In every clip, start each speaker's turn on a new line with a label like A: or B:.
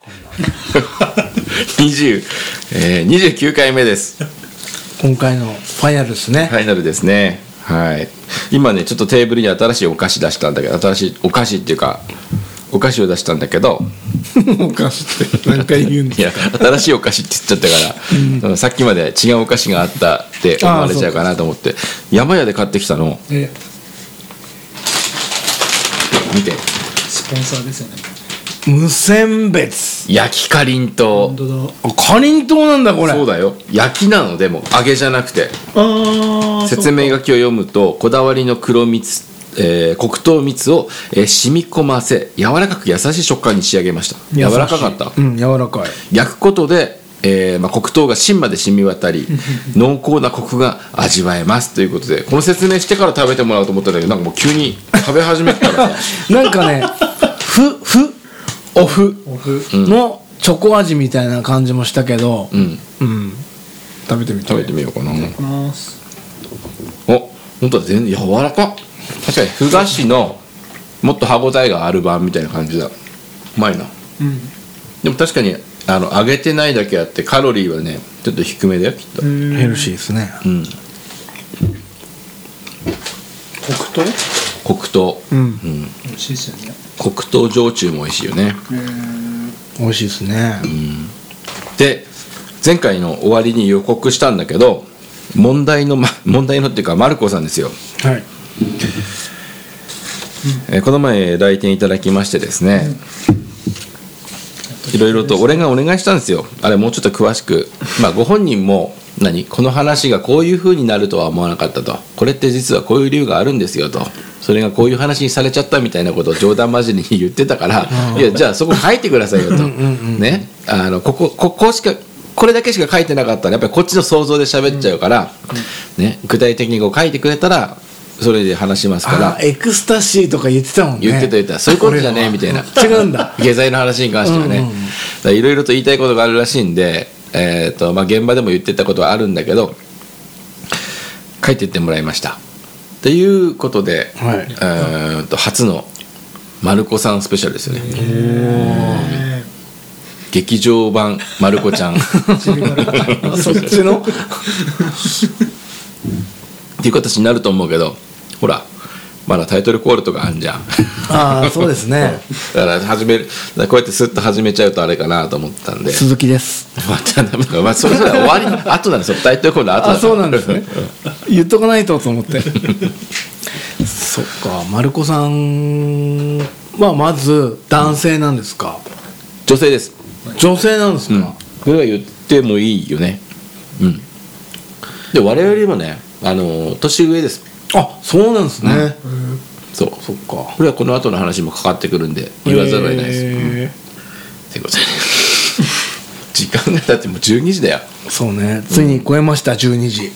A: 20、えー、29回目です
B: 今回のファイナルですね、
A: ファイナルですねはい今ねちょっとテーブルに新しいお菓子出したんだけど新しいお菓子っていうかお菓子を出したんだけど
B: お菓子って何回言うん
A: い
B: で
A: や新しいお菓子って言っちゃったから、そのさっきまで違うお菓子があったって思われちゃうかなと思って山屋で買ってきたの
B: え
A: 見て
C: スポンサーですよね
B: 無選別
A: 焼きかりんと
C: 本
A: う
C: 当だ
B: あかりんとうなんだこれ
A: そうだよ焼きなのでも揚げじゃなくて
C: ああ
A: 説明書きを読むとこだわりの黒蜜、えー黒糖蜜を、えー染み込ませ柔らかく優しい食感に仕上げました
B: 優しい
A: 柔らかかった
B: うん柔らかい
A: 焼くことで、えーまあ、黒糖が芯まで染み渡り濃厚なコクが味わえますということでこの説明してから食べてもらおうと思ったんだけどなんかもう急に食べ始めたら さ
B: なんかねふふおふ
C: オフ
B: のチョコ味みたいな感じもしたけど
A: うん
B: うん、食べてみて
A: 食べてみようかな、
C: いきます
A: お本当だ全然柔らか確かにふ菓子のもっと歯ごたえがある版みたいな感じだうまいな
C: うん
A: でも確かにあの揚げてないだけあってカロリーはねちょっと低めだよきっと、
B: ヘルシーですね
A: うん、
C: 黒糖
A: 黒糖、
B: うん
A: うん、
C: 美味しいですよね
A: 黒糖焼酎も美味しいよね
C: えー
B: 美味しいですね、
A: で前回の終わりに予告したんだけど問題の、ま、問題のっていうかマルコさんですよ、
B: はい
A: えーこの前来店いただきましてですね、いろいろと俺がお願いしたんですよあれもうちょっと詳しくまあご本人も何この話がこういう風になるとは思わなかったとこれって実はこういう理由があるんですよとそれがこういう話にされちゃったみたいなことを冗談交じりに言ってたからいやじゃあそこ書いてくださいよとねあのここここしかこれだけしか書いてなかったらやっぱりこっちの想像で喋っちゃうから、ね、具体的にこう書いてくれたらそれで話しますから
B: あエクスタシーとか言ってたもんね
A: 言ってた言ってたそういうことじゃねえみたいな
B: 違うんだ
A: 下剤の話に関してはねいろいろと言いたいことがあるらしいんで、えーとまあ、現場でも言ってたことはあるんだけど書いてってもらいましたということで、
B: はい
A: えーと初の「まる子さんスペシャル」ですよね
C: え
A: 劇場版「まる子ちゃん」
C: ーちびまる子ちゃ ん
B: あそっちの
A: っていう形になると思うけどほらまだタイトルコールとかあんじゃん
B: ああそうですね
A: だから始めるこうやってスッと始めちゃうとあれかなと思ったんで
B: 鈴木です
A: 終わっちゃダメだから、まあ、それそれ終わりの後なんですよ大体この後だから
B: あそうなんですね 言っとかないとと思って そっか丸子さんはまず男性なんですか
A: 女性です
B: 女性なんです
A: うん
B: か、
A: これは言ってもいいよねうんで我々よりもねあの年上です
B: あそうなんですね、
A: そう
B: そっか
A: これはこの後の話もかかってくるんで言わざるを得ないです、うん
B: へ
A: ということで 時間が経ってもう12時だよ
B: ーそうねついに超えました12時、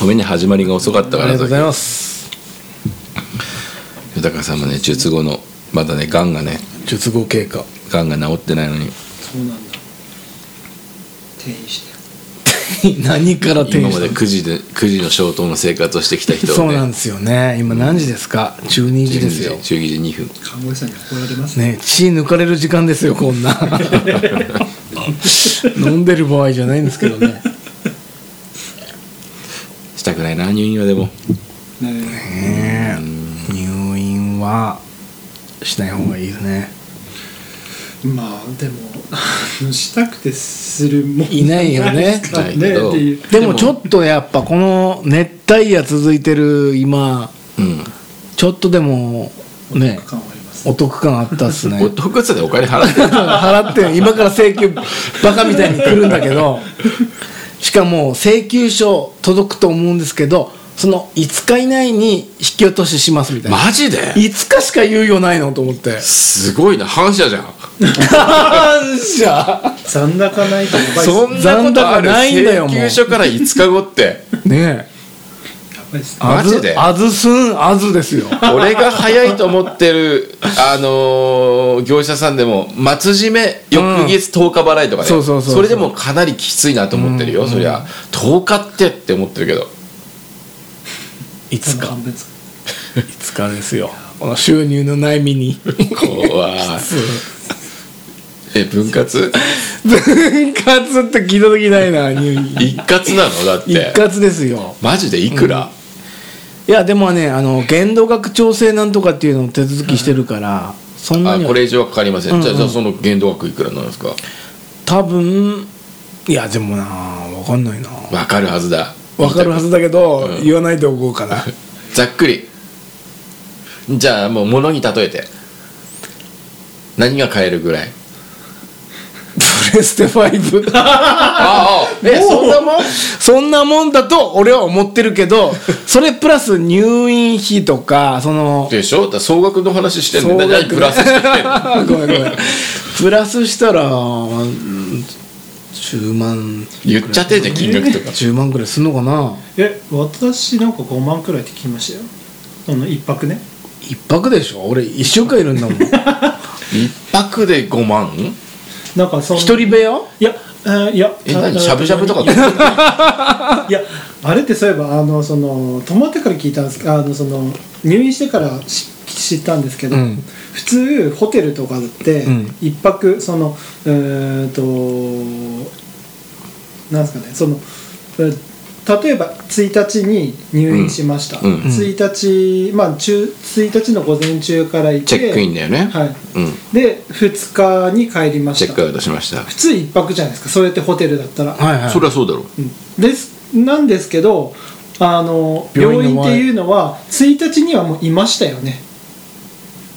A: ごめんね始まりが遅かった
B: あ
A: か
B: りが
A: ら
B: とうござい
A: 豊
B: ます
A: さんもね術後のまだねがんがね
B: 術後経過
A: がんが治ってないのに
C: そうなんだ転移して
B: 何から転移した
A: 今まで9時で9時の消灯の生活をしてきた人
B: そうな
A: ね
B: んですよね今何時ですか、12時ですよ
A: 12時2分
C: 看護師さんに怒られますね
B: ね血抜かれる時間ですよこん な飲んでる場合じゃないんですけどね
A: したくないな入院はでも
C: ね
B: ねえ入院はしない方がいいですね
C: まあでもあのしたくてするもん
B: いないよね
C: ですから
A: ないけ
C: ね
A: ど
C: っていう
B: でもちょっとやっぱこの熱帯夜続いてる今
A: うん
B: ちょっとでもね
C: 感はあります
B: お得感あったっすね
A: お得っつってお金払ってる
B: 払って今から請求バカみたいに来るんだけどしかも請求書届くと思うんですけどその5日以内に引き落とししますみたいな
A: マジで
B: 5日しか猶予ないのと思って
A: すごいな反射じゃん
B: 感謝
C: 残高ないとやばいっす
A: そんな
C: ね
A: ことあ
B: 残高
A: る
B: ないんだよもう
A: 請求書から5日後 って
B: ねえ
C: やばいっすね
B: あ
A: マジ
B: ず
A: で
B: あずすんあずですよ
A: 俺が早いと思ってる、あのー業者さんでも末締め翌月10日払いとかね、
B: そうそうそうそう
A: れでもかなりきついなと思ってるよ、そりゃ10日ってって思ってるけど
B: い
C: そ
B: つ
C: の
B: か
C: 半分使う
B: いつ かですよこの収入のない身に
A: 怖いえ分割
B: 分割って聞いた時ないな入院
A: 一括なのだっ
B: 一
A: て
B: 括ですよ
A: マジでいくら、
B: いやでもねあの限度額調整なんとかっていうのを手続きしてるからそんな
A: あ
B: には
A: これ以上はかかりません、
B: うんうん
A: じゃあじゃあその限度額いくらなんですか
B: 多分いやでもなわかんないな
A: わかるはずだ
B: わかるはずだけど、
A: うん
B: 言わないでおこうかな
A: ざっくりじゃあもう物に例えて何が買えるぐらい
B: プレステ5
A: ああ えそんなもん
B: そんなもんだと俺は思ってるけどそれプラス入院費とかその
A: でしょだから総額の話してん
B: 総
A: の
B: 額
A: 何プラスしてきてんの
B: ごめんごめんプラスしたらうん10万
A: 言っちゃってんじゃん金額と か
B: 10万ぐらいすんのかな
C: え私なんか5万くらいって聞きましたよあの一泊ね
B: 一泊でしょ俺一週間いる んだもん
A: 一泊で5万
C: なんかその
B: 一人部屋
C: いやえーいや
A: え
C: あ
A: 何
C: あ
A: しゃぶしゃぶとか
C: いやあれってそういえばあのその泊まってから聞いたんですけどあのその入院してからし知ったんですけど、
B: うん
C: 普通ホテルとかだって
B: うん
C: 一泊そのうーんとなんですかねそのえ例えば1日に入院しました、
A: うんうん
C: 1日まあ中1日の午前中から行って
A: チェックインだよね
C: はい
A: うん
C: で2日に帰りま
A: チ
C: し
A: ェッ
C: た
A: クアウトしました
C: 普通一泊じゃないですかそれってホテルだったら
B: はいはい
A: それはそうだろう
C: ですなんですけどあの
B: 病
C: 病
B: 院
C: 院
B: の
C: っ
B: 前
C: ていうのは1日にはもういましたよね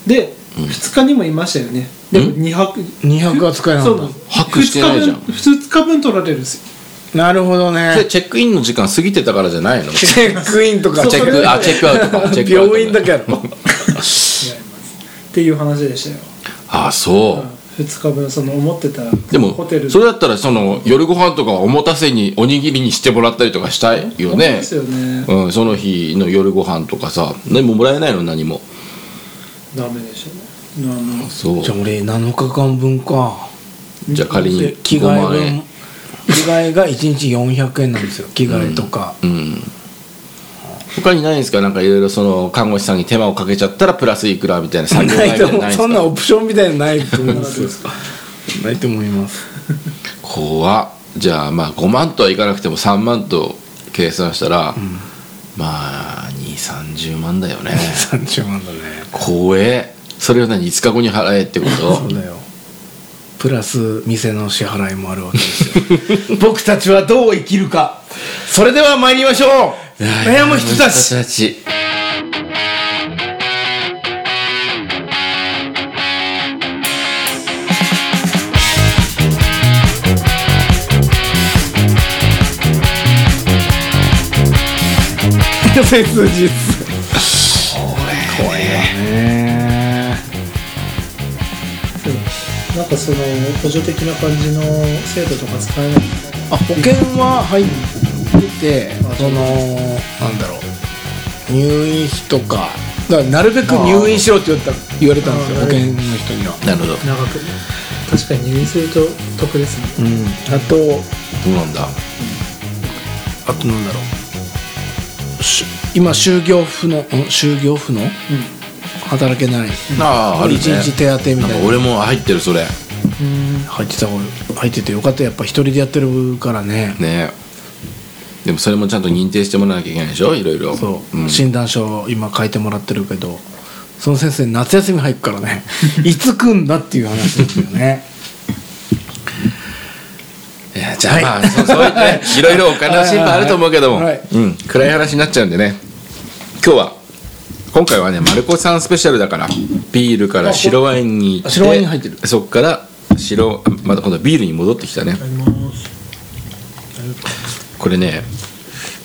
C: で、2日にもいましたよねでも
A: ん
C: 2泊
B: 2泊は使えな
C: そ
B: か
C: う
B: った
C: なんです
A: 把握してないじゃん
C: 2日分2日分取られるんですよ
B: なるほど
A: それ
B: ね
A: チェックインの時間過ぎてたからじゃないのチ
B: チェックインとか
C: そう
A: ェッ
C: それ
A: クあチェックアウトかチェックアウト
B: 病院だけやろ
C: 違いますっていう話でしたよ、
A: あそう、
C: 2日分その思ってた
A: でも
C: ホテル
A: それだったらその夜ご飯とかはおもたせにおにぎりにしてもらったりとかしたいよ
C: そう
A: ね
C: ですよね
A: うん、その日の夜ご飯とかさでももらえないの何も
C: ダメでしたねあの
A: そう
B: じゃあ俺7日間分か
A: じゃあ仮に
B: で着
A: 5
B: 替
A: 万
B: え
A: 円
B: 分着替えが1日400円なんですよ着替えとか、
A: うん他にないんですかなんかいろいろその看護師さんに手間をかけちゃったらプラスいくらみたいな作業
B: な
A: 代み
B: い
A: たい
B: と
A: なのないんで
B: 思う
A: すか
B: そんなオプションみたいなのないと思うんで
C: あそうですすか
B: よないと思います
A: 怖っじゃあまあ5万とはいかなくても3万と計算したら、まあ2三3 0万だよね
B: 30万だね
A: 怖えそれを何5日後に払えってこ
B: そ
A: と
B: うだよプラス店の支払いもあるわけですよ僕たちはどう生きるかそれでは参りましょう悩む人たち
A: たち
B: 切実怖いよね
C: なんかその補助的な感じの制度とか使えないんですか
B: あ保険は入ってて
C: あ
B: そのなんだろう入院費とかだからなるべく入院しろって言った言われたんですよ
C: あ
B: 保
C: ー
B: 険の人には
A: なるほどそ
C: 長く確かに入院すると得ですね
B: うんあと
A: うなんだ
B: あとなんだろうし今就業不能ん就業不能働けない
A: あああるね
B: 一日手当み
A: なん
B: た
A: か
B: いな
A: 俺も入ってるそれ
B: 入ってた方が入っててよかったやっぱ一人でやってるからね
A: ねでもそれもちゃんと認定してもらわなきゃいけないでしょいろいろ
B: そう、
A: ん
B: 診断書を今書いてもらってるけどその先生夏休み入っからね いつ来んだっていう話ですよね
A: いやじゃあまあそそう言って ねいろいろお金の心配あると思うけども、
B: はいはいはい
A: うん、暗い話になっちゃうんでね今日は今回はねマルコさんスペシャルだからビールから白ワインに行って
B: 白ワインに入ってる
A: そっから白また今度はビールに戻ってきたね
C: あります
A: これね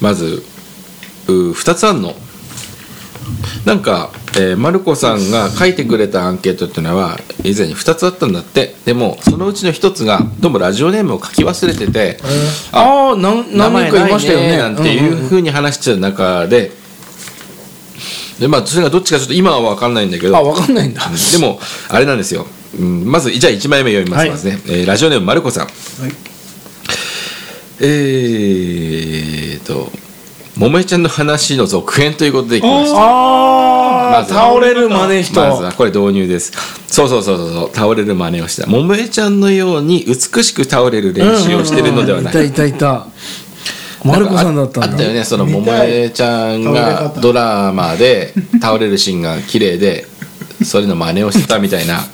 A: まずう2つあんのなんか、えーマルコさんが書いてくれたアンケートっていうのは以前に2つあったんだってでもそのうちの1つがどうもラジオネームを書き忘れてて、
B: ああーなん何人かいましたよね
A: なんていう
B: うんうん
A: ふうに話してる中で、でまあそれがどっちかちょっと今は分かんないんだけど
B: あ分かんないんだ
A: でもあれなんですよ、うん、まずじゃあ1枚目読みます
B: はい
A: ますね、えーラジオネームまるこさん
C: はい
A: えーともめちゃんの話の続編ということでいきました
B: あ
A: ま
B: あ
A: ずは
B: 倒れる真似人、
A: まずはこれ導入ですそうそうそうそうそう倒れる真似をしたもめちゃんのように美しく倒れる練習をしてるのではない
B: いたいたいたマルコさんだったんだ
A: ああったよねその
C: 見た
A: も
C: い
A: めちゃん
C: 倒れ
A: が
C: 方
A: ドラマで倒れるシーンが綺麗でそれの真似をしてたみたいな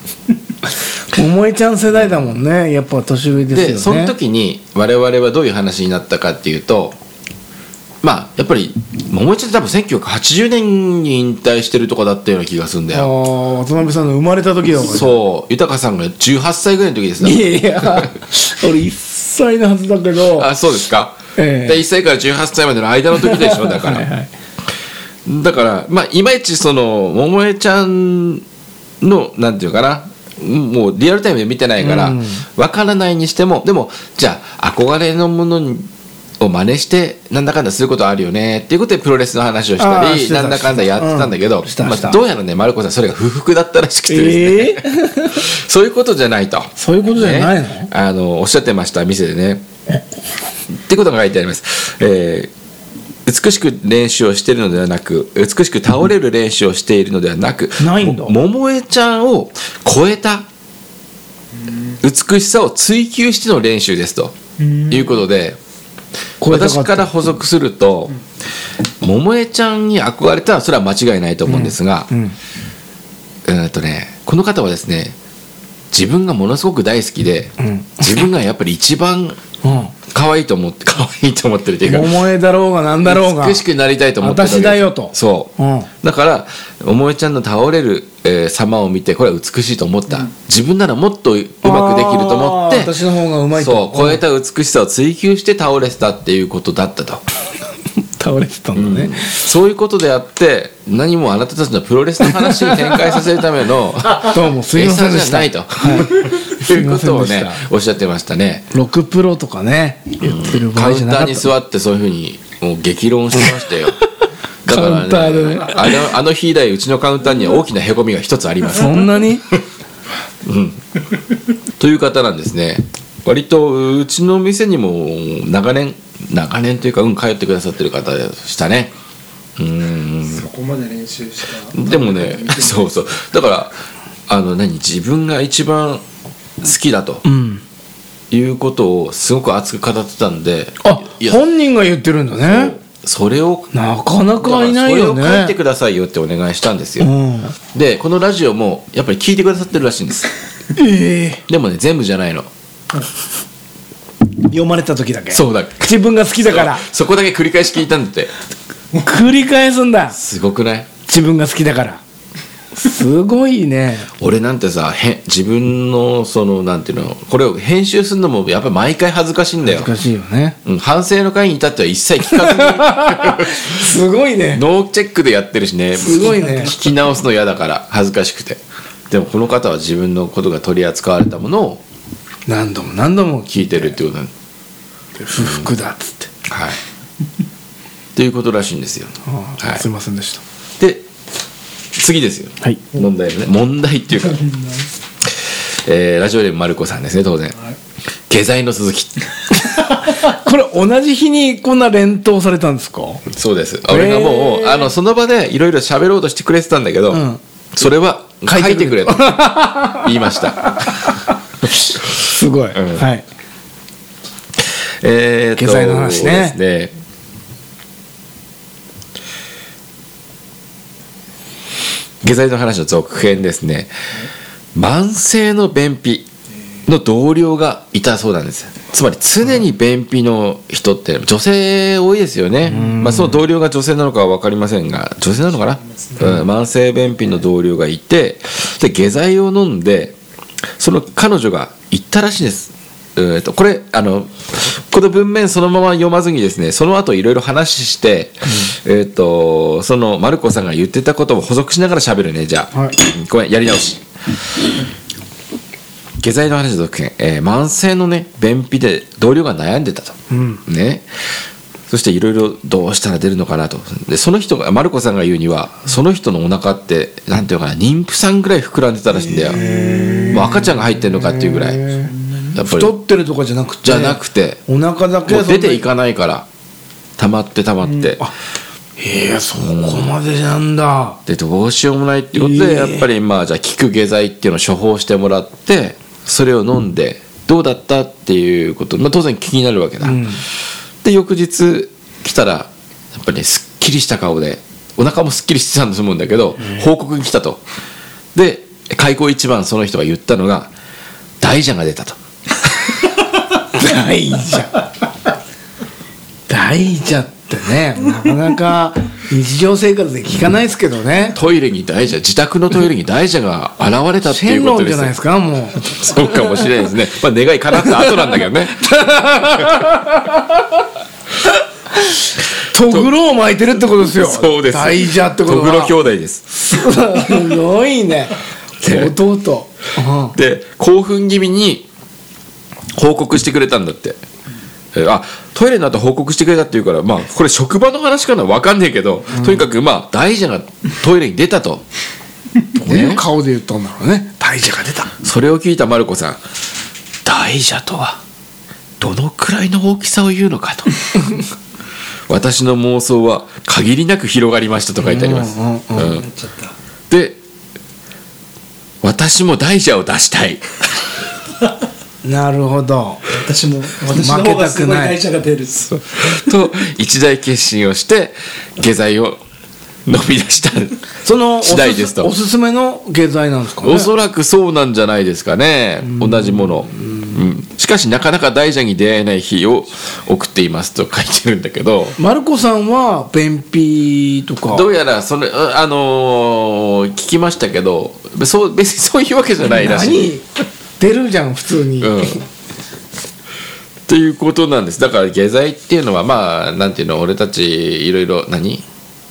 B: 桃江ちゃん世代だもんねやっぱ年上ですよね
A: でその時に我々はどういう話になったかっていうとまあやっぱり桃井ちゃんって多分1980年に引退してるとかだったような気がするんだ
B: ああ
A: よ
B: 渡辺さんの生まれた時だもん
A: そう豊さんが18歳ぐらいの時ですね
B: いやいや俺1歳のはずだけど
A: あそうですか、
B: ええ
A: で1歳から18歳までの間の時で しょだから
B: はいはい
A: だからまあいまいちその桃江ちゃんのなんていうかなもうリアルタイムで見てないから
B: うん
A: わからないにしてもでもじゃあ憧れのものにを真似してなんだかんだすることあるよねっていうことでプロレスの話をした
B: あー
A: り
B: してた
A: なんだかんだやってたんだけど、
B: うんした
A: ま
B: した
A: あ、どうやらねマルコさんそれが不服だったらしくてですね、
B: ええ
A: そういうことじゃないと。
B: そういうことじゃないの、
A: ねあのおっしゃってました店でねってことが書いてあります、えー美しく練習をしているのではなく美しく倒れる練習をしているのではなく
B: ないんだ
A: も桃江ちゃんを超えた美しさを追求しての練習ですということで
B: 超えたかった
A: 私から補足すると桃江ちゃんに憧れたらそれは間違いないと思うんですが、
B: うん、
A: えーっとねこの方はですね自分がものすごく大好きで、
B: うん
A: 自分がやっぱり一番
B: う
A: 可愛いと思って可愛いと思ってるとい
B: ん、
A: うか
B: 桃江だろうがなんだろうが
A: 美しくなりたいと思ってるわけです
B: 私だよと
A: そう、
B: うん
A: だから桃江ちゃんの倒れる、えー様を見てこれは美しいと思った、自分ならもっとうまくできると思って
B: あー私の方がうまいと
A: そう超えた美しさを追求して倒れてたっていうことだったと
B: 倒れてたんだね、
A: そういうことであって何もあなたたちのプロレスの話に展開させるため の
B: どうもすいませんで
A: 餌じ
B: し
A: ゃ
B: た
A: ないと、い、うことを
B: すいません
A: ね
B: でし
A: おっしゃってましたね
B: ロックプロとかね言ってる場
A: カ
B: 合
A: ウ
B: じゃ
A: ン
B: な
A: タ
B: か
A: ー
B: った
A: に座ってそういうふうにもう激論してま したよだから、ね、
B: カウンターでね
A: あのあの日以来うちのカウンターには大きなへこみが一つあり ます
B: そんなに
A: という方なんですね割とうちの店にも長年長年というかうん通ってくださってる方でしたねうん
C: そこまで練習した
A: でも ねそうそうだからあの何自分が一番好きだと
B: うん
A: いうことをすごく熱く語ってたんで
B: あ
A: いや
B: 本人が言ってるんだね
A: それを
B: なかなかいないよね
A: だからそれを書いてくださいよってお願いしたんですよ、
B: うん
A: でこのラジオもやっぱり聞いてくださってるらしいんです
B: ええ
A: でもね全部じゃないの
B: 読まれた時だけ
A: そうだ
B: 自分が好きだから
A: そこだけ繰り返し聞いたんだって
B: 繰り返すんだ
A: すごくない
B: 自分が好きだからすごいね
A: 俺なんてさへ自分のそのなんていうのこれを編集するのもやっぱり毎回恥ずかしいんだよ
B: 難しいよね
A: うん、反省の会に至っては一切聞かずに
B: すごいね
A: ノーチェックでやってるしね
B: すごいね
A: 聞き直すの嫌だから恥ずかしくてでもこの方は自分のことが取り扱われたものを
B: 何度も何度も聞
A: 聞いてるってことなんで
B: いて不服だっつって
A: はい。ということらしいんですよ。
B: ああ
A: はい
B: すいませんでした
A: で、次ですよ。
B: はい
A: 問題ね。問題っていうか、えーラジオネームマルコさんですね、当然。下剤の続 き。
B: これ同じ日にこんな連投されたんですか
A: そうです。俺がもう、あの、その場でいろいろ喋ろうとしてくれてたんだけど、
B: ん
A: それは書いてくれと言いま した。
B: すごい、
A: うん
B: はい
A: えーと
B: 下剤の話ね
A: そうですね下剤の話の続編ですね慢性の便秘の同僚がいたそうなんですつまり常に便秘の人って女性多いですよね、まあ、その同僚が女性なのかは分かりませんが女性なのかな、うん、慢性便秘の同僚がいてで下剤を飲んでその彼女が言ったらしいです。えー、とこれあのこの文面そのまま読まずにですねその後いろいろ話して、えっ、とそのマルコさんが言ってたことを補足しながら喋るねじゃあ、
B: はい
A: うんごめんやり直し下剤の話の続編、えー慢性のね便秘で同僚が悩んでたと、
B: うん
A: ねそしていろいろどうしたら出るのかなとでその人がマルコさんが言うにはその人のお腹ってなんていうのかな妊婦さんぐらい膨らんでたらしいんだよもう赤ちゃんが入ってるのかっていうぐらいやっぱり
B: 太ってるとかじゃなくて
A: じゃなくて
B: お腹だけ
A: もう出ていかないから溜まって溜まって、
B: へえそこまでなんだ
A: でどうしようもないっていうことで、
B: ええ
A: やっぱりまあじゃあ効く下剤っていうのを処方してもらってそれを飲んで、どうだったっていうこと、まあ、当然気になるわけだ、
B: うん
A: で翌日来たらやっぱりねすっきりした顔でお腹もすっきりしてたんだと思うんだけど、報告に来たとで開口一番その人が言ったのが「大蛇が出た」と
B: 大蛇大蛇ってねなかなか日常生活で聞かないですけどね
A: トイレに大蛇自宅のトイレに大蛇が現れたっていう
B: 線
A: こと
B: 路
A: で
B: じ
A: す
B: ゃないですかもう
A: そうかもしれないですね。まあ願い叶った後なんだけど ね。
B: とぐろを巻いてるってことですよ
A: そうです。
B: 大蛇ってこと
A: トグロ兄
B: は
A: 弟です。
B: すごいね
A: で
B: 弟うん
A: で興奮気味に報告してくれたんだって。えーあトイレの後報告してくれたっていうからまあこれ職場の話かなわかんねえけど、とにかくまあ大蛇がトイレに出たと。
B: どういう顔で言ったんだろうね大蛇が出た
A: それを聞いたマルコさん大蛇とはどのくらいの大きさを言うのか と私の妄想は限りなく広がりましたと書いてあります、
B: うんうん
A: うんで私も大蛇を出したい
B: なるほど
C: 私も私の方がすごい会社が出るそう
A: と一大決心をして下剤を飲み出した
B: そのおす
A: 次第ですと
B: おすすめの下剤なんですかね
A: おそらくそうなんじゃないですかね同じもの、うんしかしなかなか大蛇に出会えない日を送っていますと書いてるんだけど
B: マルコさんは便秘とか
A: どうやらそのああのー聞きましたけどそう別にそういうわけじゃないらしい。
B: 何出るじゃん普通に、
A: うんということなんですだから下剤っていうのはまあなんていうの俺たちいろいろ何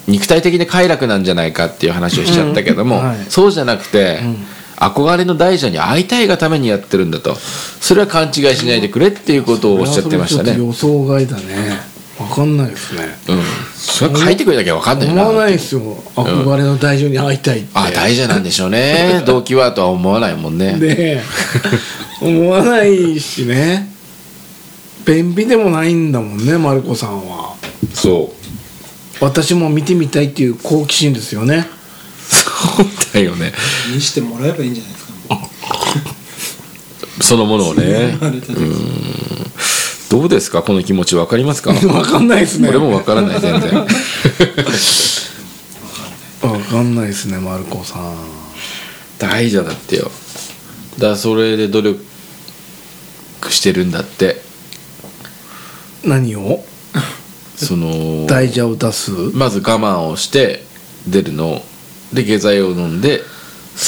A: 肉体的に快楽なんじゃないかっていう話をしちゃったけども、
B: うんはい
A: そうじゃなくて、憧れの大蛇に会いたいがためにやってるんだとそれは勘違いしないでくれっていうことをおっしゃってました
B: それ
A: ね。
B: はそれちょっと予想外だね分かんないですね
A: うん、それは書いてくれなきゃ分かんないよ
B: 思
A: な
B: わないですよ憧れの大女に会いたいって、
A: あ大蛇なんでしょうね動機はとは思わないもんね
B: で 思わないしね便秘でもないんだもんねマルコさんは
A: そう
B: 私も見てみたいっていう好奇心ですよね
A: そうだよね
C: 見してもらえばいいんじゃないですか
A: そのものをね
C: 言われた時
A: どうですかこの気持ち分かりますか
B: 分かんないですね
A: 俺も分からない全 然
B: 分かんないですねマルコさん
A: 大蛇だってよだからそれで努力してるんだって
B: 何を
A: その
B: 大蛇を出す
A: まず我慢をして出るので下剤を飲んで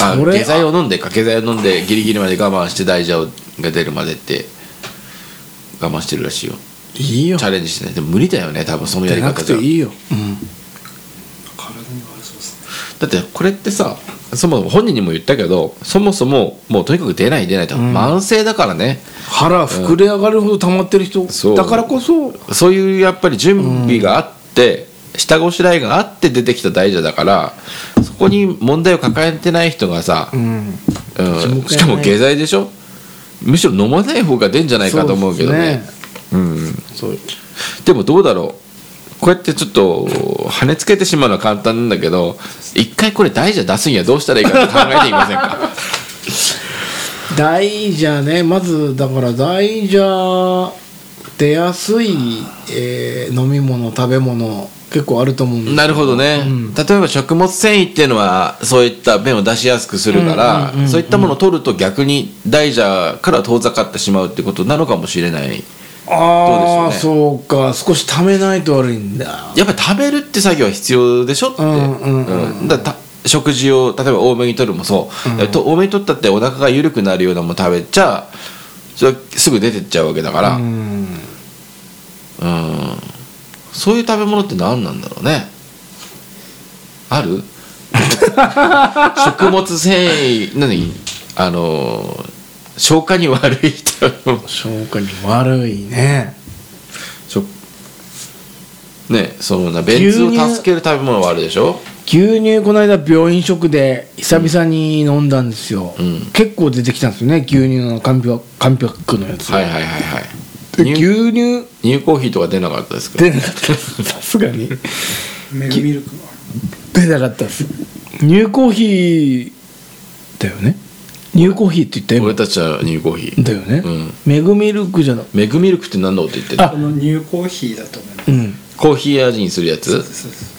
A: あ
B: それ
A: 下剤を飲んでか下剤を飲んでギリギリまで我慢して大蛇が出るまでって我慢してるらしいよ
B: いいよ
A: チャレンジしてないでも無理だよね多分そのや
B: 出
A: り
B: な
A: 方
B: く
A: じゃ
B: ていいよ、うん、
C: 体に悪そうですね
A: だってこれってさそもそも本人にも言ったけどそもそももうとにかく出ない出ないと、慢性だからね
B: 腹膨れ上がるほど溜まってる人、
A: そう
B: だからこそ
A: そういうやっぱり準備があって、下ごしらえがあって出てきた大蛇だからそこに問題を抱えてない人がさ、
B: うん
A: うん
B: 注目がない
A: しかも下剤でしょむしろ飲まない方が出んじゃないかと思うけどねうん、
B: そうですね
A: でもどうだろうこうやってちょっと跳ねつけてしまうのは簡単なんだけど一回これ大蛇出すにはどうしたらいいかって考えていませんか
B: そう大蛇ねまずだから大蛇出やすい、えー飲み物食べ物結構あると思うんです
A: なるほどね、例えば食物繊維っていうのはそういった便を出しやすくするから、そういったものを取ると逆に大蛇から遠ざかってしまうってことなのかもしれない
B: ああ、
A: どうでし
B: そうか少しためないと悪いんだ
A: やっぱり食べるって作業は必要でしょって、
B: うんうんうん
A: だからた食事を例えば多めに取るもそう、と多めに取ったってお腹が緩くなるようなもの食べちゃそれはすぐ出てっちゃうわけだから、
B: う
A: うん
B: ん
A: そういう食べ物って何なんだろうねある食物繊維何あの消化に悪い食べ物
B: 消化に悪いね
A: 食ねそのな便通を助ける食べ物はあるでしょ
B: 牛乳この間病院食で久々に飲んだんですよ、
A: うん
B: 結構出てきたんですよね牛乳のカンピョカンピョックのやつ、
A: はいはいはいはい乳
B: 牛乳
A: 乳コーヒーとか出なかったですか
B: 出なかったですさすがに
C: メグミルクは
B: 出なかったです乳コーヒーだよね乳コーヒーって言ったよ
A: 俺たちは乳コーヒ
B: 今
A: ー
B: だよね、
A: うん
B: メグミルクじゃな
A: メグミルクって何のこと言ってる
B: あ
C: この乳コーヒーだと思います
B: うん
A: コーヒー味にするやつ
C: そうです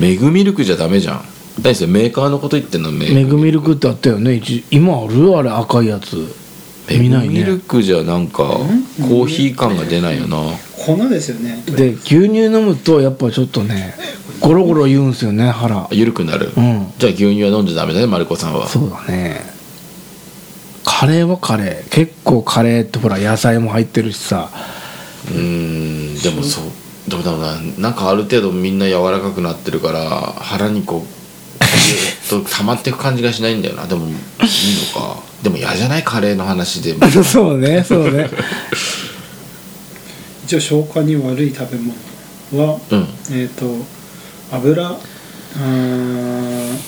A: メグミルクじゃダメじゃん何それメーカーのこと言ってんのメ
B: メグミルクってあったよね一今あるあれ赤いやつ見ない
A: メグミル
B: ね
A: クじゃなんかコーヒー感が出ないよな
C: 粉ですよね
B: で牛乳飲むとやっぱちょっとねゴロゴロ言うんすよね腹
A: 緩くなる、
B: うん
A: じゃあ牛乳は飲んじゃダメだねマルコさんは
B: そうだねカレーはカレー結構カレーってほら野菜も入ってるしさ
A: うーんでもそうどうだろうななんかある程度みんな柔らかくなってるから腹に こうぎゅっと溜まっていく感じがしないんだよなでもいいのかでも嫌じゃないカレーの話 で
B: そうねそうね
C: 一応消化に悪い食べ物は、
A: うん
C: えっ、と油あー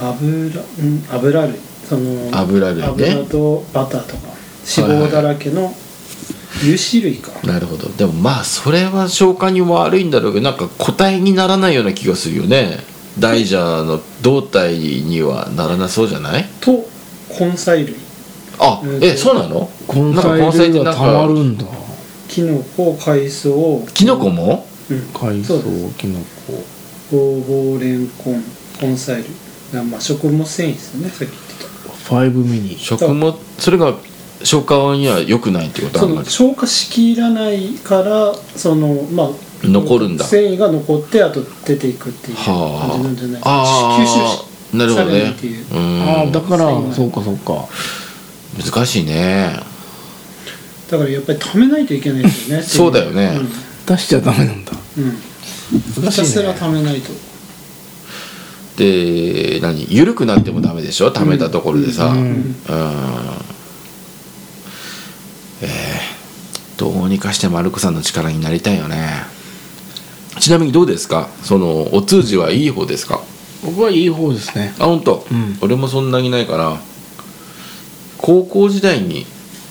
C: 油うん油類その
A: 油類ね
C: 油とバターとか脂肪だらけの油脂類か、
A: なるほどでもまあそれは消化に悪いんだろうけどなんか答えにならないような気がするよね大蛇の胴体にはならなそうじゃない
C: と根菜類
A: あ
C: うん
A: えそうなの
B: 根
A: なんか根菜
B: 菜
A: っ
B: 類
A: て
B: は
A: なん
B: たま
A: か
B: るんだ
C: きのこ海藻、
A: キノコも
C: うん、
B: 海
C: そ
B: 藻
C: うです
B: きのこ
C: ごぼうれんこん根菜類がまあ食物繊維ですよねさっき言って
B: ファイブミニ
A: 食物それが消化には良くないってこ
C: た
A: と
C: そ
A: あんま
C: の
A: り
C: 消化しきらないからそのまあ
A: 残るんだ
C: 繊維が残ってあと出ていくっていう感じなんじゃな
A: は
C: い
A: あ
C: 吸収
A: あーなるほど
C: されな
A: ね
C: いっていう
B: ああ
A: う
B: だから
C: そうなんだ
B: そうかそうか
A: ん難しいね
C: だからやっぱり溜めないといけないですよ ね
A: そうだよね
B: 出しちゃダメなんだ
C: うん、うん、
B: 難
C: ひ
B: したい
C: すら
B: ね
C: 溜めないと
A: で何緩くなってもダメでしょ溜めたところでさう
B: う んん
A: えーどうにかしてマルコさんの力になりたいよねちなみにどうですかそのお通じはいい方ですか
B: 僕はいい方ですね
A: あ本当、
B: うん
A: 俺もそんなにないから高校時代に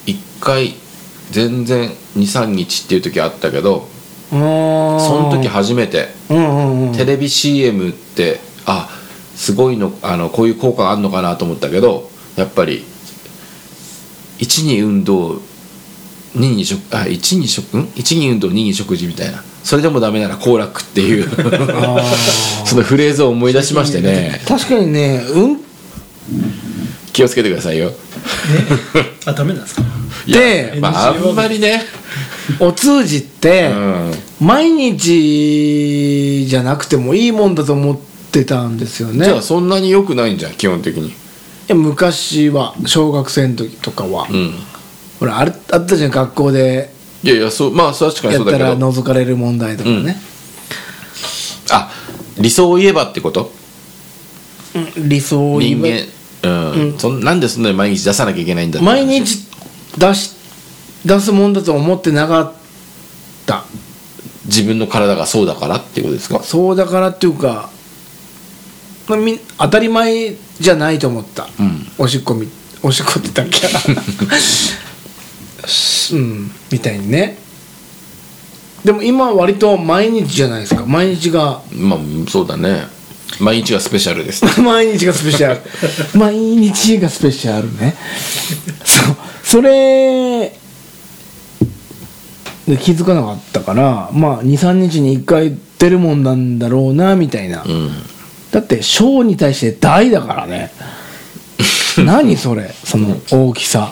A: 一回全然23日っていう時あったけど
B: ああ
A: その時初めて
B: うんうんうん
A: テレビ CM ってあすごいのあのこういう効果があるのかなと思ったけどやっぱり1に運動2に食あ1に食ん1に運動2に食事みたいなそれでもダメなら行楽っていう
B: あ
A: そのフレーズを思い出しま してね
B: ー確かにねうんっ
A: 気をつけてくださいよ
C: あダメなんですか
A: いや
B: て
A: まああ
C: NG ワード
A: んまりね
B: お通じって、
A: うん
B: 毎日じゃなくてもいいもんだと思ってたんですよね
A: じゃあそんなに良くないんじゃん基本的に
B: いや昔は小学生の時とかは、
A: うん
B: ほらあれあったじゃん学校で
A: いやいやそうまあ確かに
B: や
A: そ
B: っ
A: うだけ
B: たら
A: ど
B: 覗かれる問題とかね、
A: あ理想を言えばってこと
B: うん理想を
A: 人
B: 言
A: 間
B: え
A: うん、そんなんでそんなに毎日出さなきゃいけないんだ
B: ば
A: って
B: 毎日出し出すもんだと思ってなかった
A: 自分の体がそうだからっていうことですか
B: そうだからっていうか、まあ、み当たり前じゃないと思った、
A: うん
B: おしっこみおしっこって言ったっけ うんみたいにねでも今は割と毎日じゃないですか毎日が
A: まあそうだね毎日がスペシャルです
B: 毎日がスペシャ ル毎日がスペシャルねそうそれで気づかなかったからまあ23日に1回出るもんなんだろうなみたいな、
A: うん
B: だって小に対して大だか らね何それその大きさ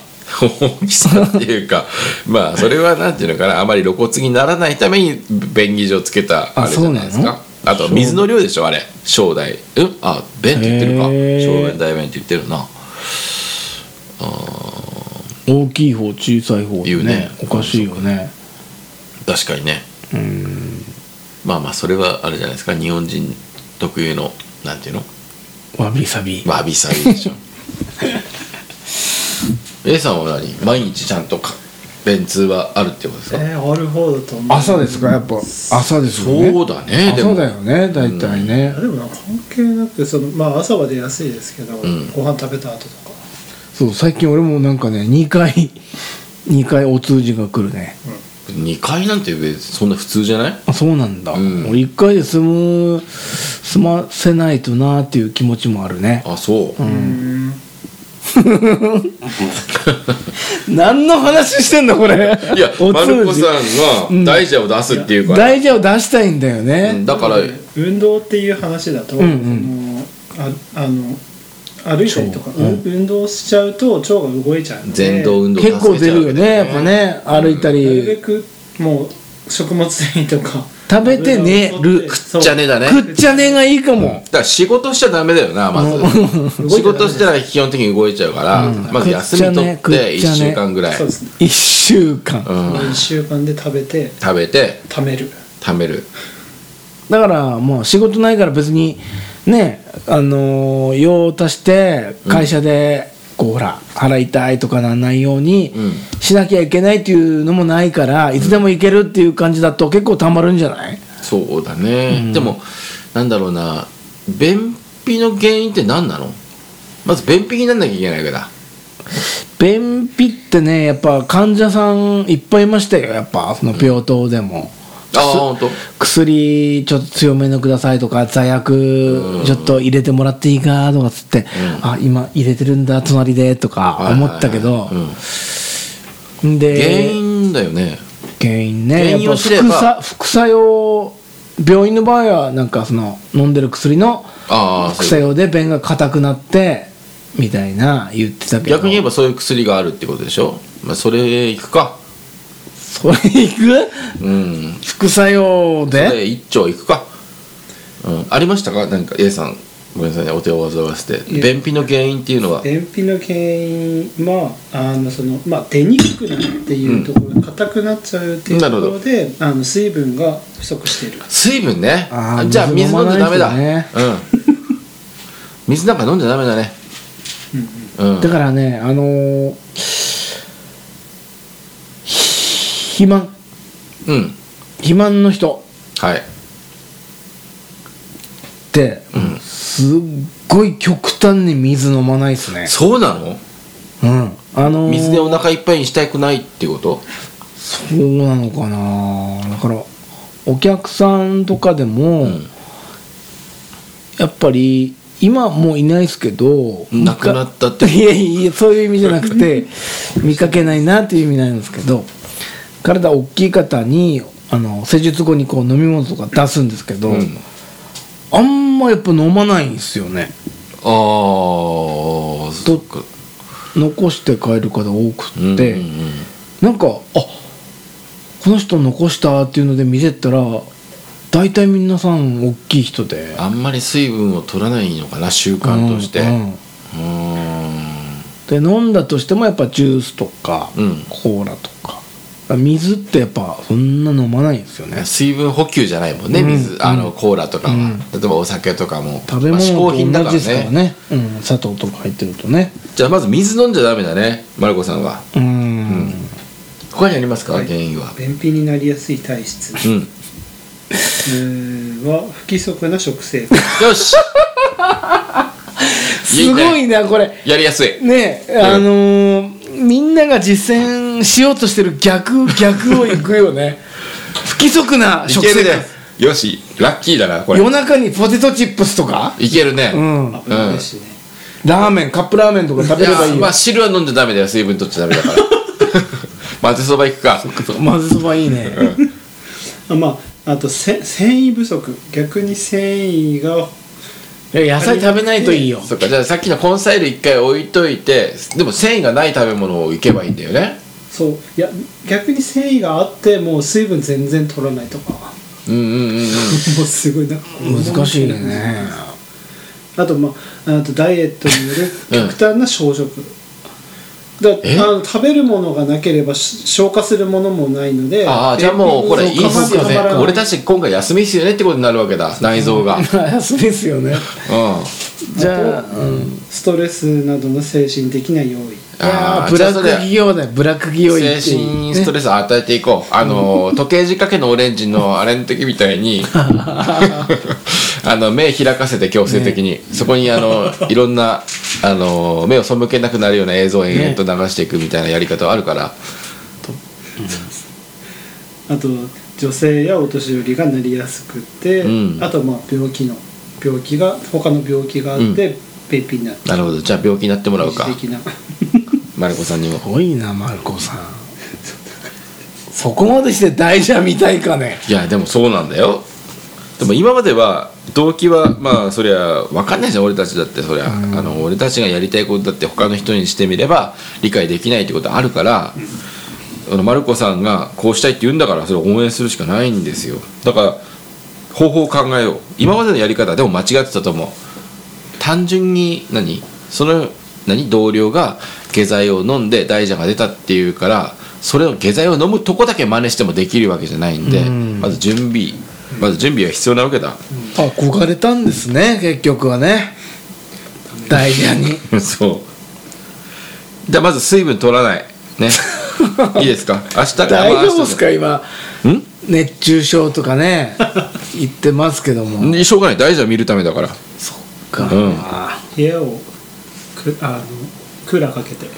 A: 大きさっていうか まあそれはなんていうのかなあまり露骨にならないために便宜上つけたあれじゃないです
B: そうな
A: か
B: の
A: あと水の量でしょあれ正代うんあ便って言ってるか
B: へー
A: 正代大便って言ってるな
B: 大きい方小さい方
A: 言うね
B: おかしいよね
A: 確かにね
B: うん
A: まあまあそれはあれじゃないですか日本人特有のなんていうの
B: わびさび、
A: わびさび でしょ A さんは何毎日ちゃんとか便通はあるってことですか、
C: えー、ある方だと思う
B: 朝ですかやっぱ朝ですよね
A: そうだねでも
B: 朝だよね大体
C: い
B: ね
C: や、でもな関係なくそのまあ朝は出やすいですけど、
A: ん
C: ご飯食べた後とか
B: そう最近俺もなんかね2回 2回お通じが来るね
A: 2回なんて別にそんな普通じゃない
B: あそうなんだ、
A: うん
B: もう1回で済む済ませないとなっていう気持ちもあるね
A: あそう、
C: うん
B: 何の話してんだこれ
A: いや
B: お
A: マル
B: 通
A: コ
B: じ
A: さんは大蛇を出すっていうから、
B: 大事を出したいんだよ
A: う
B: ね
A: ん、だから
C: 運動っていう話だと、
B: うんう
C: そのああの歩いたりとか、
B: 腸うん
C: う運動しちゃうと腸が動いちゃうので
A: 前動運動を助
B: 結
A: けちゃう
B: 構出るよねやっぱね歩いた
C: なるべ
B: り
C: くもう食物繊維とか
B: 食べて寝る
A: 食っちゃねだね
B: 食っちゃねがいいかも
A: だから仕事しちゃダメだよなまず 仕事したら基本的に動いちゃうから、まず休み取っ
B: 食っちゃね
A: て1
B: 食っちゃね
A: 週間ぐらい、
C: そうですね
B: 1週間
A: うん、
C: 1週間で食べて
A: 食べて
C: 貯める
A: 貯める
B: だからもう仕事ないから別にねあのー用を足して会社でこうほら腹痛いとかならないように
A: う
B: しなきゃいけないっていうのもないからいつでも行けるっていう感じだと結構たまるんじゃない
A: そうだね、
B: うん
A: でもなんだろうな便秘の原因って何なのまず便秘になんなきゃいけないわけだ
B: 便秘ってねやっぱ患者さんいっぱいいましたよやっぱその病棟でも、
A: ああ本当
B: 薬ちょっと強めのくださいとか座薬ちょっと入れてもらっていいかとかつって、あ今入れてるんだ隣でとか思ったけど、
A: うん
B: で
A: 原因だよね
B: 原因ね
A: 原因を知れば
B: やっぱ副作副作用病院の場合はなんかその飲んでる薬の
A: ああ
B: 副作用で便が硬くなってみたいな言ってたけど
A: 逆に言えばそういう薬があるってことでしょ、まあ、それいくか
B: それいく
A: うん
B: 副作用
A: そ
B: で
A: れ一丁いくか、うん、ありましたか何か A さんごめんなさいねお手を煩わせて
C: いえ
A: 便秘の原因っていうのは
C: 便秘の原因はあのその、まあ、出にくくなるっていうところ硬くなっちゃうっていうところであの水分が不足している
A: 水分ね
B: あー
A: じゃあ水
B: 水
A: 飲
B: 飲
A: ん
B: ま
A: じゃダメだ、
B: ないと
A: うん水なんか飲んじゃダメだねうん、
B: だからねあのー肥満
A: うん
B: 肥満の人
A: はい
B: って、すっごい極端に水飲まないですね
A: そうなの
B: うんあのー
A: 水でお腹いっぱいにしたくないってこと
B: そうなのかなだからお客さんとかでも、
A: ん
B: やっぱり今もういないですけど
A: なくなったって
B: 見かいやいやそういう意味じゃな くて見かけないなっていう意味なんですけど体大きい方にあの施術後にこう飲み物とか出すんですけど、
A: うん
B: あんまやっぱ飲まないんですよね
A: ああそっか
B: 残して帰る方多くって、
A: うんうんうん
B: なんかあこの人残したっていうので見てったら大体皆さん大きい人で
A: あんまり水分を取らないのかな習慣としてう
B: うんんうんで飲んだとしてもやっぱジュースとか、
A: うん
B: コーラとか水ってやっぱそんな飲まないんですよね
A: 水分補給じゃないもんね、
B: うん
A: 水あのコーラとかは、
B: うん
A: 例えばお酒とかも
B: 食べ
A: まあ
B: 物
A: 嗜
B: と
A: 好
B: 同
A: 品だから
B: じ
A: ね
B: ですからね、うん、砂糖とか入ってるとね
A: じゃあまず水飲んじゃダメだねマルコさんは
B: うん
A: 他にありますか、原因は
C: 便秘になりやすい体質
A: うん
C: は不規則な食生活
A: よし
B: すごいなこれ
A: やりやすい
B: ねえあのーみんなが実践しようとしてる 逆逆をいくよね不規則ない 食
A: け
B: 生
A: るね
B: 活
A: よしラッキーだなこれ
B: 夜中にポテトチップスとか、
A: いけるね、
B: うん、
C: 危ないですね、
B: ラーメンカップラーメンとか食
A: い
B: べればいい
A: や
B: よ
A: まあ汁は飲んじゃダメだよ水分取っちゃダメだ から混ぜそばいくか
B: まずそばいいね、
C: あまああとせ繊維不足逆に繊維が
B: いや野菜食べないといいよ
A: そっかじゃあさっきの根菜類一回置いといてでも繊維がない食べ物をいけばいいんだよね
C: そういや逆に繊維があってもう水分全然取らないとかも
A: うんうんうんうん
C: うすごいなんかこう
B: 難しいね
C: あとまああとダイエットによる
A: うん
C: 極端な消食、だ
A: え
C: あの食べるものがなければし消化するものもないので
A: ああじゃあもうこれい
C: 便秘
A: い
C: も
A: っすよ
C: そう
A: ね
C: かまらない
A: 俺たち今回休みっすよねってことになるわけだ内臓がうん
B: 休みですよねじゃあ、うん、い
C: ストレスなどの精神的な要因
B: や
A: あ
B: ー
A: ー
B: ブ
A: じゃ
B: ラ
A: あ
B: ッ
A: そ
B: ク
A: れ
B: 企業だよブラック企業行
A: 精
B: っていい
A: 神ストレスを与えていこうあの時計仕掛けのオレンジのあれの時みたいにあの目開かせて強制的に、そこにあのいろんなあの目を背けなくなるような映像を延々と流していくみたいなやり方はあるから、
C: あと女性やお年寄りがなりやすくて、
A: うん
C: あとまあ病気の病気が他の病気があって、便秘になる
A: なるほどじゃあ病気になってもらうか
C: 一時的な
A: マルコさんにも
B: すごいなマルコさんそこまでして大蛇みたいかね
A: いやでもそうなんだよでも今までは動機はまあそりゃ分かんないじゃん俺たちだってそりゃ、あの俺たちがやりたいことだって他の人にしてみれば理解できないってことあるから、あのマルコさんがこうしたいって言うんだからそれを応援するしかないんですよだから方法を考えよう今までのやり方でも間違ってたと思う単純に何その何同僚が下剤を飲んで大蛇が出たっていうからそれを下剤を飲むとこだけ真似してもできるわけじゃないんで、
B: うん
A: まず準備まず準備は必要なわけだ、
B: 憧れたんですね結局はね大蛇に
A: そうじゃあまず水分取らない ねいいですか明日から
B: 大丈夫
A: で
B: ですか今
A: ん
B: 熱中症と かね言ってますけども
A: んしょうがない大蛇を見るためだから
B: そっ か、
A: うん
C: 部屋をくあのクーラーかけて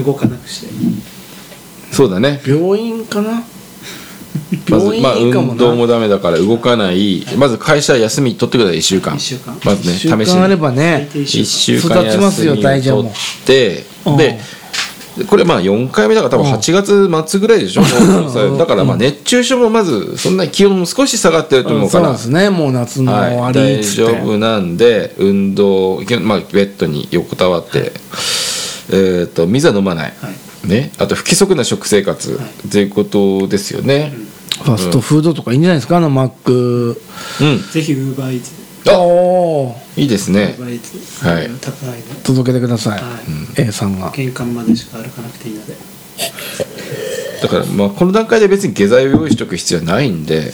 C: 動かなくして
A: そうだね
B: 病院かな
A: まず
B: 病
A: まあ、
B: 院いいかも
A: 運
B: な、
A: 動もダメだから動かないまず会社休み取ってください1週間
C: 一週間
A: まずね
B: 習
A: 試し
B: 慣
A: に
B: あればね
C: 最低
A: 1週間
B: 育ちますよ
A: 休みを
B: 大蛇も
A: 取って
B: うん
A: でこれまあ4回目だから多分
B: うん
A: 8月末ぐらいでしょ、だからまあ熱中症もまずそんなに気温も少し下がってると思うか
B: そうなん
A: ら、
B: ですねもう夏の終わ
A: はい、
B: りっ
A: 大
B: つっ
A: 丈
B: て、
A: 夫なんで運動、まあ、ベッドに横たわって、えっと水は飲まない、
C: はい
A: ね、あと不規則な食生活ということですよね。
B: ファストフードとかいいんじゃないですかあのマック
A: うん
C: ぜひウーバーイーツ
A: あ
B: おー
A: いいです
C: ウ
A: ね
C: ーバーイーツ
A: はい
C: 宅配で
B: 届けてください、
C: はい
B: A さんが
C: 玄関までしか歩かなくていいので
A: だからまあこの段階で別に下剤を用意しとく必要はないんで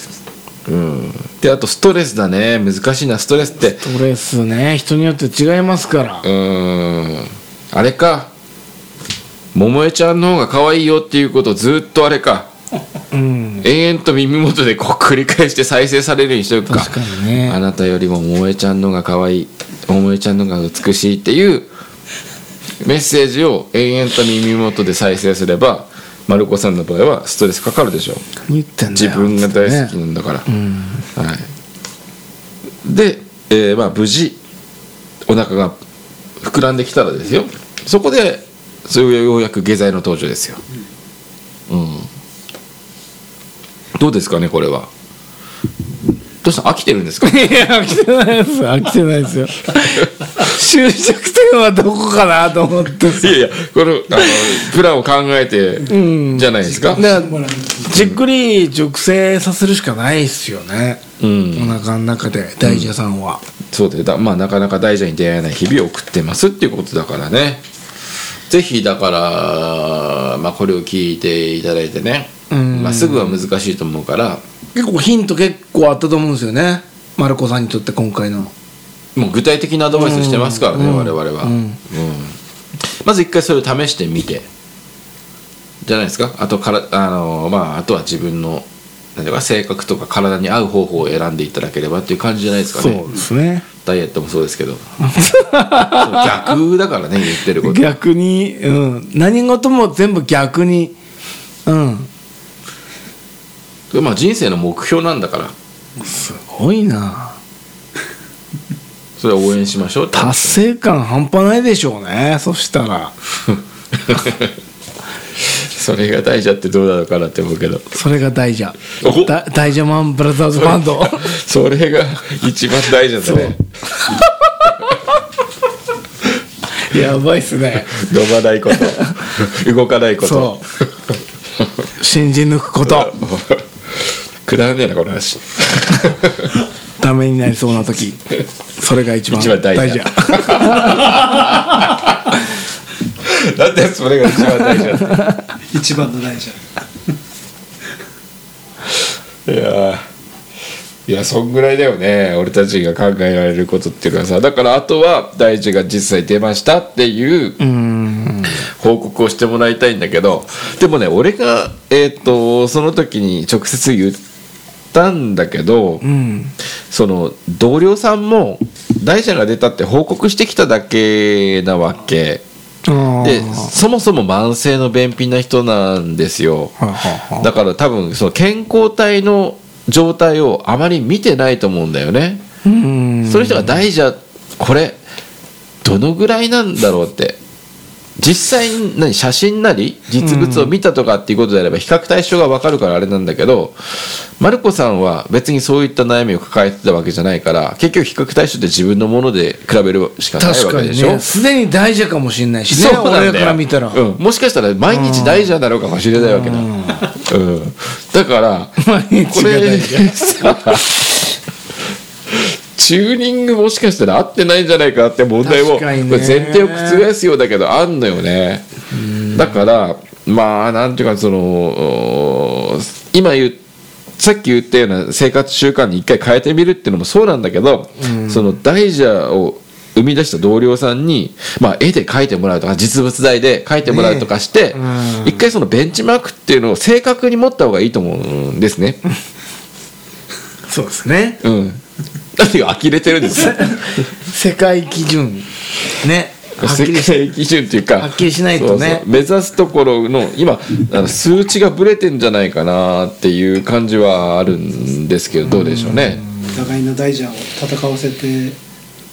A: うんであとストレスだね難しいなストレスって
B: ストレスね人によって違いますから
A: うーんあれか桃江ちゃんの方が可愛いよっていうことをずっとあれか
B: うん
A: 延々と耳元でこう繰り返して再生されるようにしておくか
B: 確かにね
A: あなたよりも桃江ちゃんのが可愛い桃江ちゃんのが美しいっていうメッセージを延々と耳元で再生すれば丸子さんの場合はストレスかかるでしょ
B: 何言ってんだ
A: 自
B: よ
A: 分が大好き
B: ね
A: なんだから、
B: うん
A: はい、で、えーまあ、無事お腹が膨らんできたらですよそこでそれをようやく下剤の登場ですよ、うん、どうですかねこれはどうした飽きてるん ですか
B: いや飽きてないです飽きてないですよ終着点はどこかなと 思って
A: いやいやこのあのプランを考えて
B: うん
A: じゃないですか、
B: だからじっくり熟成させるしかないっすよね、
A: うん
B: お腹の中で大蛇さんは、
A: そうでだまあなかなか大蛇に出会えない日々を送ってますっていうことだからねぜひだから、まあ、これを聞いていただいてね、
B: うん
A: まあ、すぐは難しいと思うから
B: 結構ヒント結構あったと思うんですよねマルコさんにとって今回の
A: もう具体的なアドバイスしてますからね、
B: うん
A: 我々は、
B: うん
A: うんまず一回それを試してみてじゃないですかあとからあのまああとは自分のなんていうか性格とか体に合う方法を選んでいただければっていう感じじゃないですかね
B: すね
A: ダイエットもそうですけど そう逆だからね言ってること
B: 逆に、うん、何事も全部逆にうん
A: まあ人生の目標なんだから
B: すごいな
A: それは応援しましょうって
B: 達成感半端ないでしょうねそしたら
A: それが大事だってどうなのかなって思うけど
B: それが大蛇
A: お
B: だ大蛇マンブラザーズバンド
A: それが一番大事だね
B: やばいっすね
A: 飲まないこと 動かないこと
B: そう信じ抜 くこと
A: くだらねえなこの 話
B: ダメになりそうな時それが一番
A: 一番大事だ
B: 大蛇
A: だってそれが一番大事だっ
C: 一番の大事
A: ていやーいやそんぐらいだよね俺たちが考えられることっていうのはさだからあとは大事が実際出ましたっていう
B: うん
A: 報告をしてもらいたいんだけどでもね俺が、えー、とその時に直接言ったんだけど、
B: うん
A: その同僚さんも大蛇が出たって報告してきただけなわけ
B: あー
A: でそもそも慢性の便秘な人なんですよ
B: はあはあはあ
A: だから多分その健康体の状態をあまり見てないと思うんだよね
B: うん
A: そういう人が大事だこれどのぐらいなんだろうって実際に何写真なり実物を見たとかっていうことであれば比較対象が分かるからあれなんだけどマルコさんは別にそういった悩みを抱えてたわけじゃないから結局比較対象って自分のもので比べるしかない
B: 確
A: わ
B: か
A: けで
B: に
A: しょ
B: ねすでに大事かもしれないしね
A: なんだよ
B: 俺から見たら、
A: うん、もしかしたら毎日大事なんだろうかもしれないわけだ、うん、だから
B: 毎日
A: こ
B: が
A: れ
B: 大事
A: さチューニングもしかしたら合ってないんじゃないかって問題も、
B: 確かにね
A: これ前提を覆すようだけどあんのよねだからまあなんていうかその今言うさっき言ったような生活習慣に一回変えてみるっていうのもそうなんだけど、その大蛇を生み出した同僚さんに、まあ、絵で描いてもらうとか実物大で描いてもらうとかして、
B: ねうん
A: 一回そのベンチマークっていうのを正確に持った方がいいと思うんですね。
B: そうですね
A: うん。何が呆れてるんですよ。
B: 世界基準ねはっき
A: 世
B: りして
A: 界基準っていうか、
B: はっきりしない
A: そ
B: とね
A: うそう目指すところの今あの数値がブレてんじゃないかなっていう感じはあるんですけどどうでしょうね。
C: お互いの大蛇を戦わせて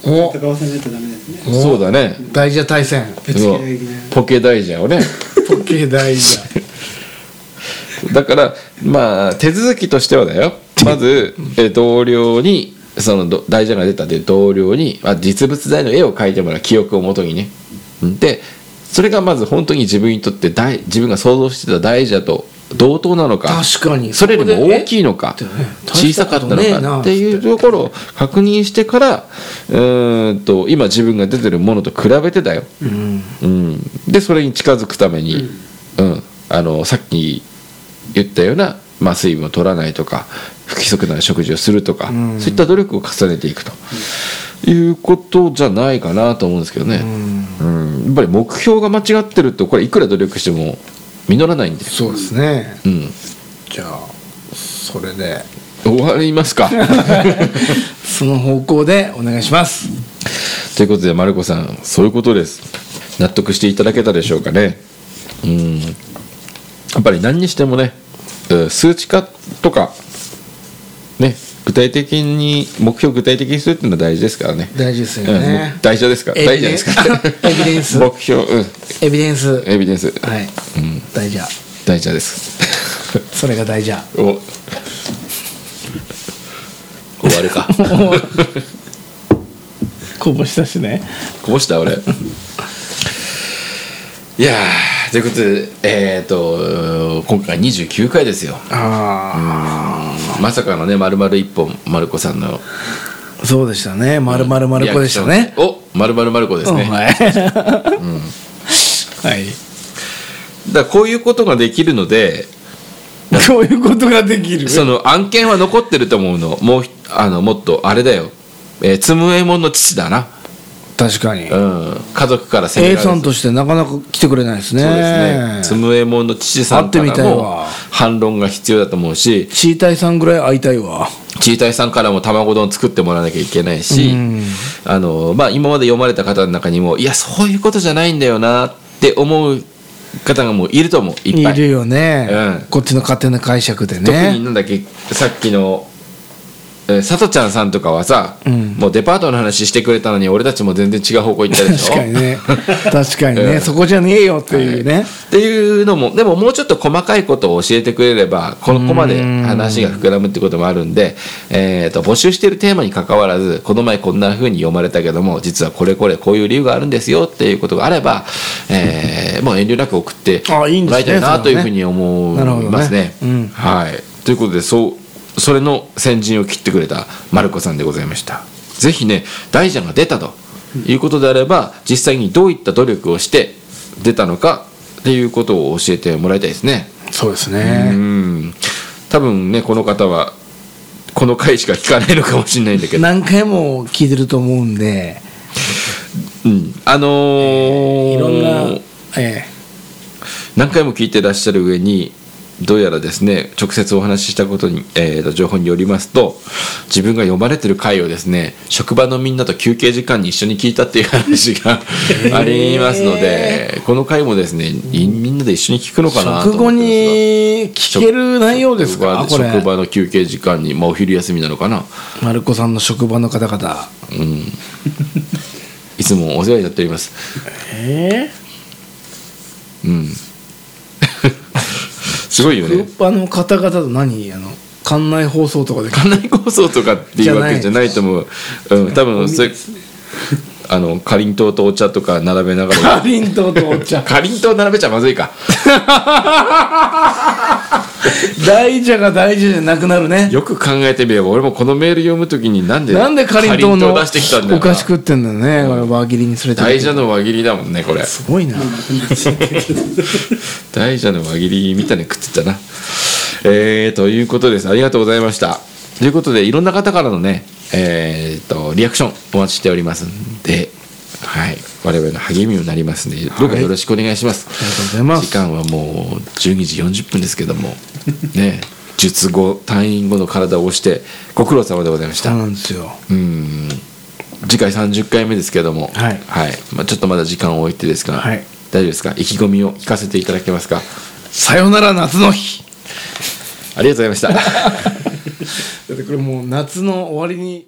B: お
C: 戦わせないとダメですね
B: お
A: そうだね。
B: 大事対戦
C: ぶつけ合いね
A: ポケ大蛇をね。
B: 時計大事
A: だからまあ手続きとしてはだよまずえ同僚にそのど大事が出たで同僚にあ実物大の絵を描いてもらう記憶をもとにねでそれがまず本当に自分にとって大自分が想像してた大蛇と同等なのか
B: 確かに
A: それよりも大きいのか
B: ここでえ
A: 小さかった
B: 大したことねえ
A: の
B: な
A: かっていうところを確認してからうーんと今自分が出てるものと比べてだよ、
B: うん
A: うん、でそれに近づくために、うんあのさっき言ったような、まあ、水分を取らないとか不規則な食事をするとか、
B: うん
A: そういった努力を重ねていくと、いうことじゃないかなと思うんですけどね、うんやっぱり目標が間違ってるとこれいくら努力しても実らないんで、
B: そうですね
A: うん、
B: じゃあそれで
A: 終わります か
B: その方向でお願いします
A: ということでマルコさんそういうことです納得していただけたでしょうかねうんやっぱり何にしてもねうん数値化とかね具体的に目標を具体的にするっていうのは大事ですからね
B: 大事ですよ
A: うん
B: ね
A: 大事ですから大事ですから
B: エビデンス
A: 目標うん
B: エビデンスは
A: エビデンス
B: い、大事
A: 大事です
B: それが大事
A: お終わるか
B: こぼしたしね
A: こぼした俺いやーということでえっ、と今回29回ですよ
B: あ
A: まさかのね丸々一本まる子さんの
B: あそうでしたねまるまるまる子でした
A: リ
B: ね
A: アクションおまるまるまる子ですね、
B: うん
A: だか
B: はい、 はい、
A: らこういうことができるので
B: こういうことができる
A: その案件は残ってると思うのもうひあのもっとあれだよ、えー、つむえもんの父だな、
B: 確かに
A: うん、家族から責め
B: A
A: られて
B: さんとしてなかなか来てくれないですね
A: そうですねつむえもんの父さんか
B: 会ってみた
A: ら
B: い
A: も
B: わ
A: 反論が必要だと思うし
B: チータイさんぐらい会いたいわ
A: 自治体さんからも卵丼作ってもらわなきゃいけないし、
B: うん
A: あのまあ、今まで読まれた方の中にもいやそういうことじゃないんだよなって思う方がもういると思ういっ
B: い
A: ぱい。
B: るよね、
A: うん
B: こっちの勝手な解釈で
A: 特に
B: ね
A: なんだっけさっきのえーさとちゃんさんとかはさ、
B: うん
A: もうデパートの話してくれたのに俺たちも全然違う方向行ったでし
B: 確
A: ょ
B: かにね確かにね、
A: うん
B: そこじゃねえよっていうね、
A: っていうのもでももうちょっと細かいことを教えてくれればここまで話が膨らむってこともあるんで、えー、と募集しているテーマに関わらずこの前こんな風に読まれたけども実はこれこれこういう理由があるんですよっていうことがあれば、えーもう遠慮なく送って
B: あいいん
A: も
B: で
A: ら
B: す
A: い
B: ね
A: たいなというふうに
B: そ
A: 思
B: れはねなるほど
A: い
B: ね
A: ますね。
B: うん
A: はい、ということでそうそれの先陣を切ってくれたマルコさんでございました。ぜひね大蛇が出たということであれば実際にどういった努力をして出たのかっていうことを教えてもらいたいですね。
B: そうです
A: う
B: ね、
A: ん多分ねこの方はこの回しか聞かないのかもしれないんだけど、
B: 何回も聞いてると思うんで
A: うん、あのー
B: いろんな、ええ
A: 何回も聞いてらっしゃる上にどうやらですね直接お話ししたことに、えーと情報によりますと自分が読まれてる回をですね職場のみんなと休憩時間に一緒に聞いたっていう話 がありますのでこの回もですねいみんなで一緒に聞くのかなと
B: 食
A: 思
B: 後
A: ってるんですが
B: に聞ける内容ですか
A: 職
B: こ
A: 場
B: れ
A: 職場の休憩時間に、まあ、お昼休みなのかな
B: マルコさんの職場の方々
A: いつもお世話になっております
B: ええ
A: うん。すごいよ
B: 職
A: ね。
B: 場の方々と何あの館内放送とかで
A: 館内放送とかっていうわけじゃないと思う。うん、多分それあのかりんとうとお茶とか並べながら。
B: かりんとうとお茶
A: かりんとう並べちゃまずいか。
B: 大蛇が大事じゃなくなるね
A: よく考えてみれば、俺もこのメール読むときになんで。
B: なんでかりんとう
A: かりんと
B: の
A: う出してきたんだよ
B: お
A: な。
B: 菓子食ってんだよね、これ輪切りにすれて
A: 大蛇の輪切りだもんね、これ。
B: すごいな
A: 大蛇の輪切りみたいに食ってたな。えー、ということです。ありがとうございました。ということで、いろんな方からのね、えー、と、リアクションお待ちしておりますんで、はい。我々の励みになりますんで、どうかよろしくお願いします。
B: ありがとうございます
A: 時間はもう12時40分ですけども、ね、術後、退院後の体を押して、ご苦労様でございまし
B: そ
A: た
B: う。なんですよ
A: うん次回30回目ですけども、
B: はい
A: まあ、ちょっとまだ時間を置いてですが、
B: はい
A: 大丈夫ですか意気込みを聞かせていただけますか
B: さよなら夏の日
A: ありがとうございました。
B: だってこれもう夏の終わりに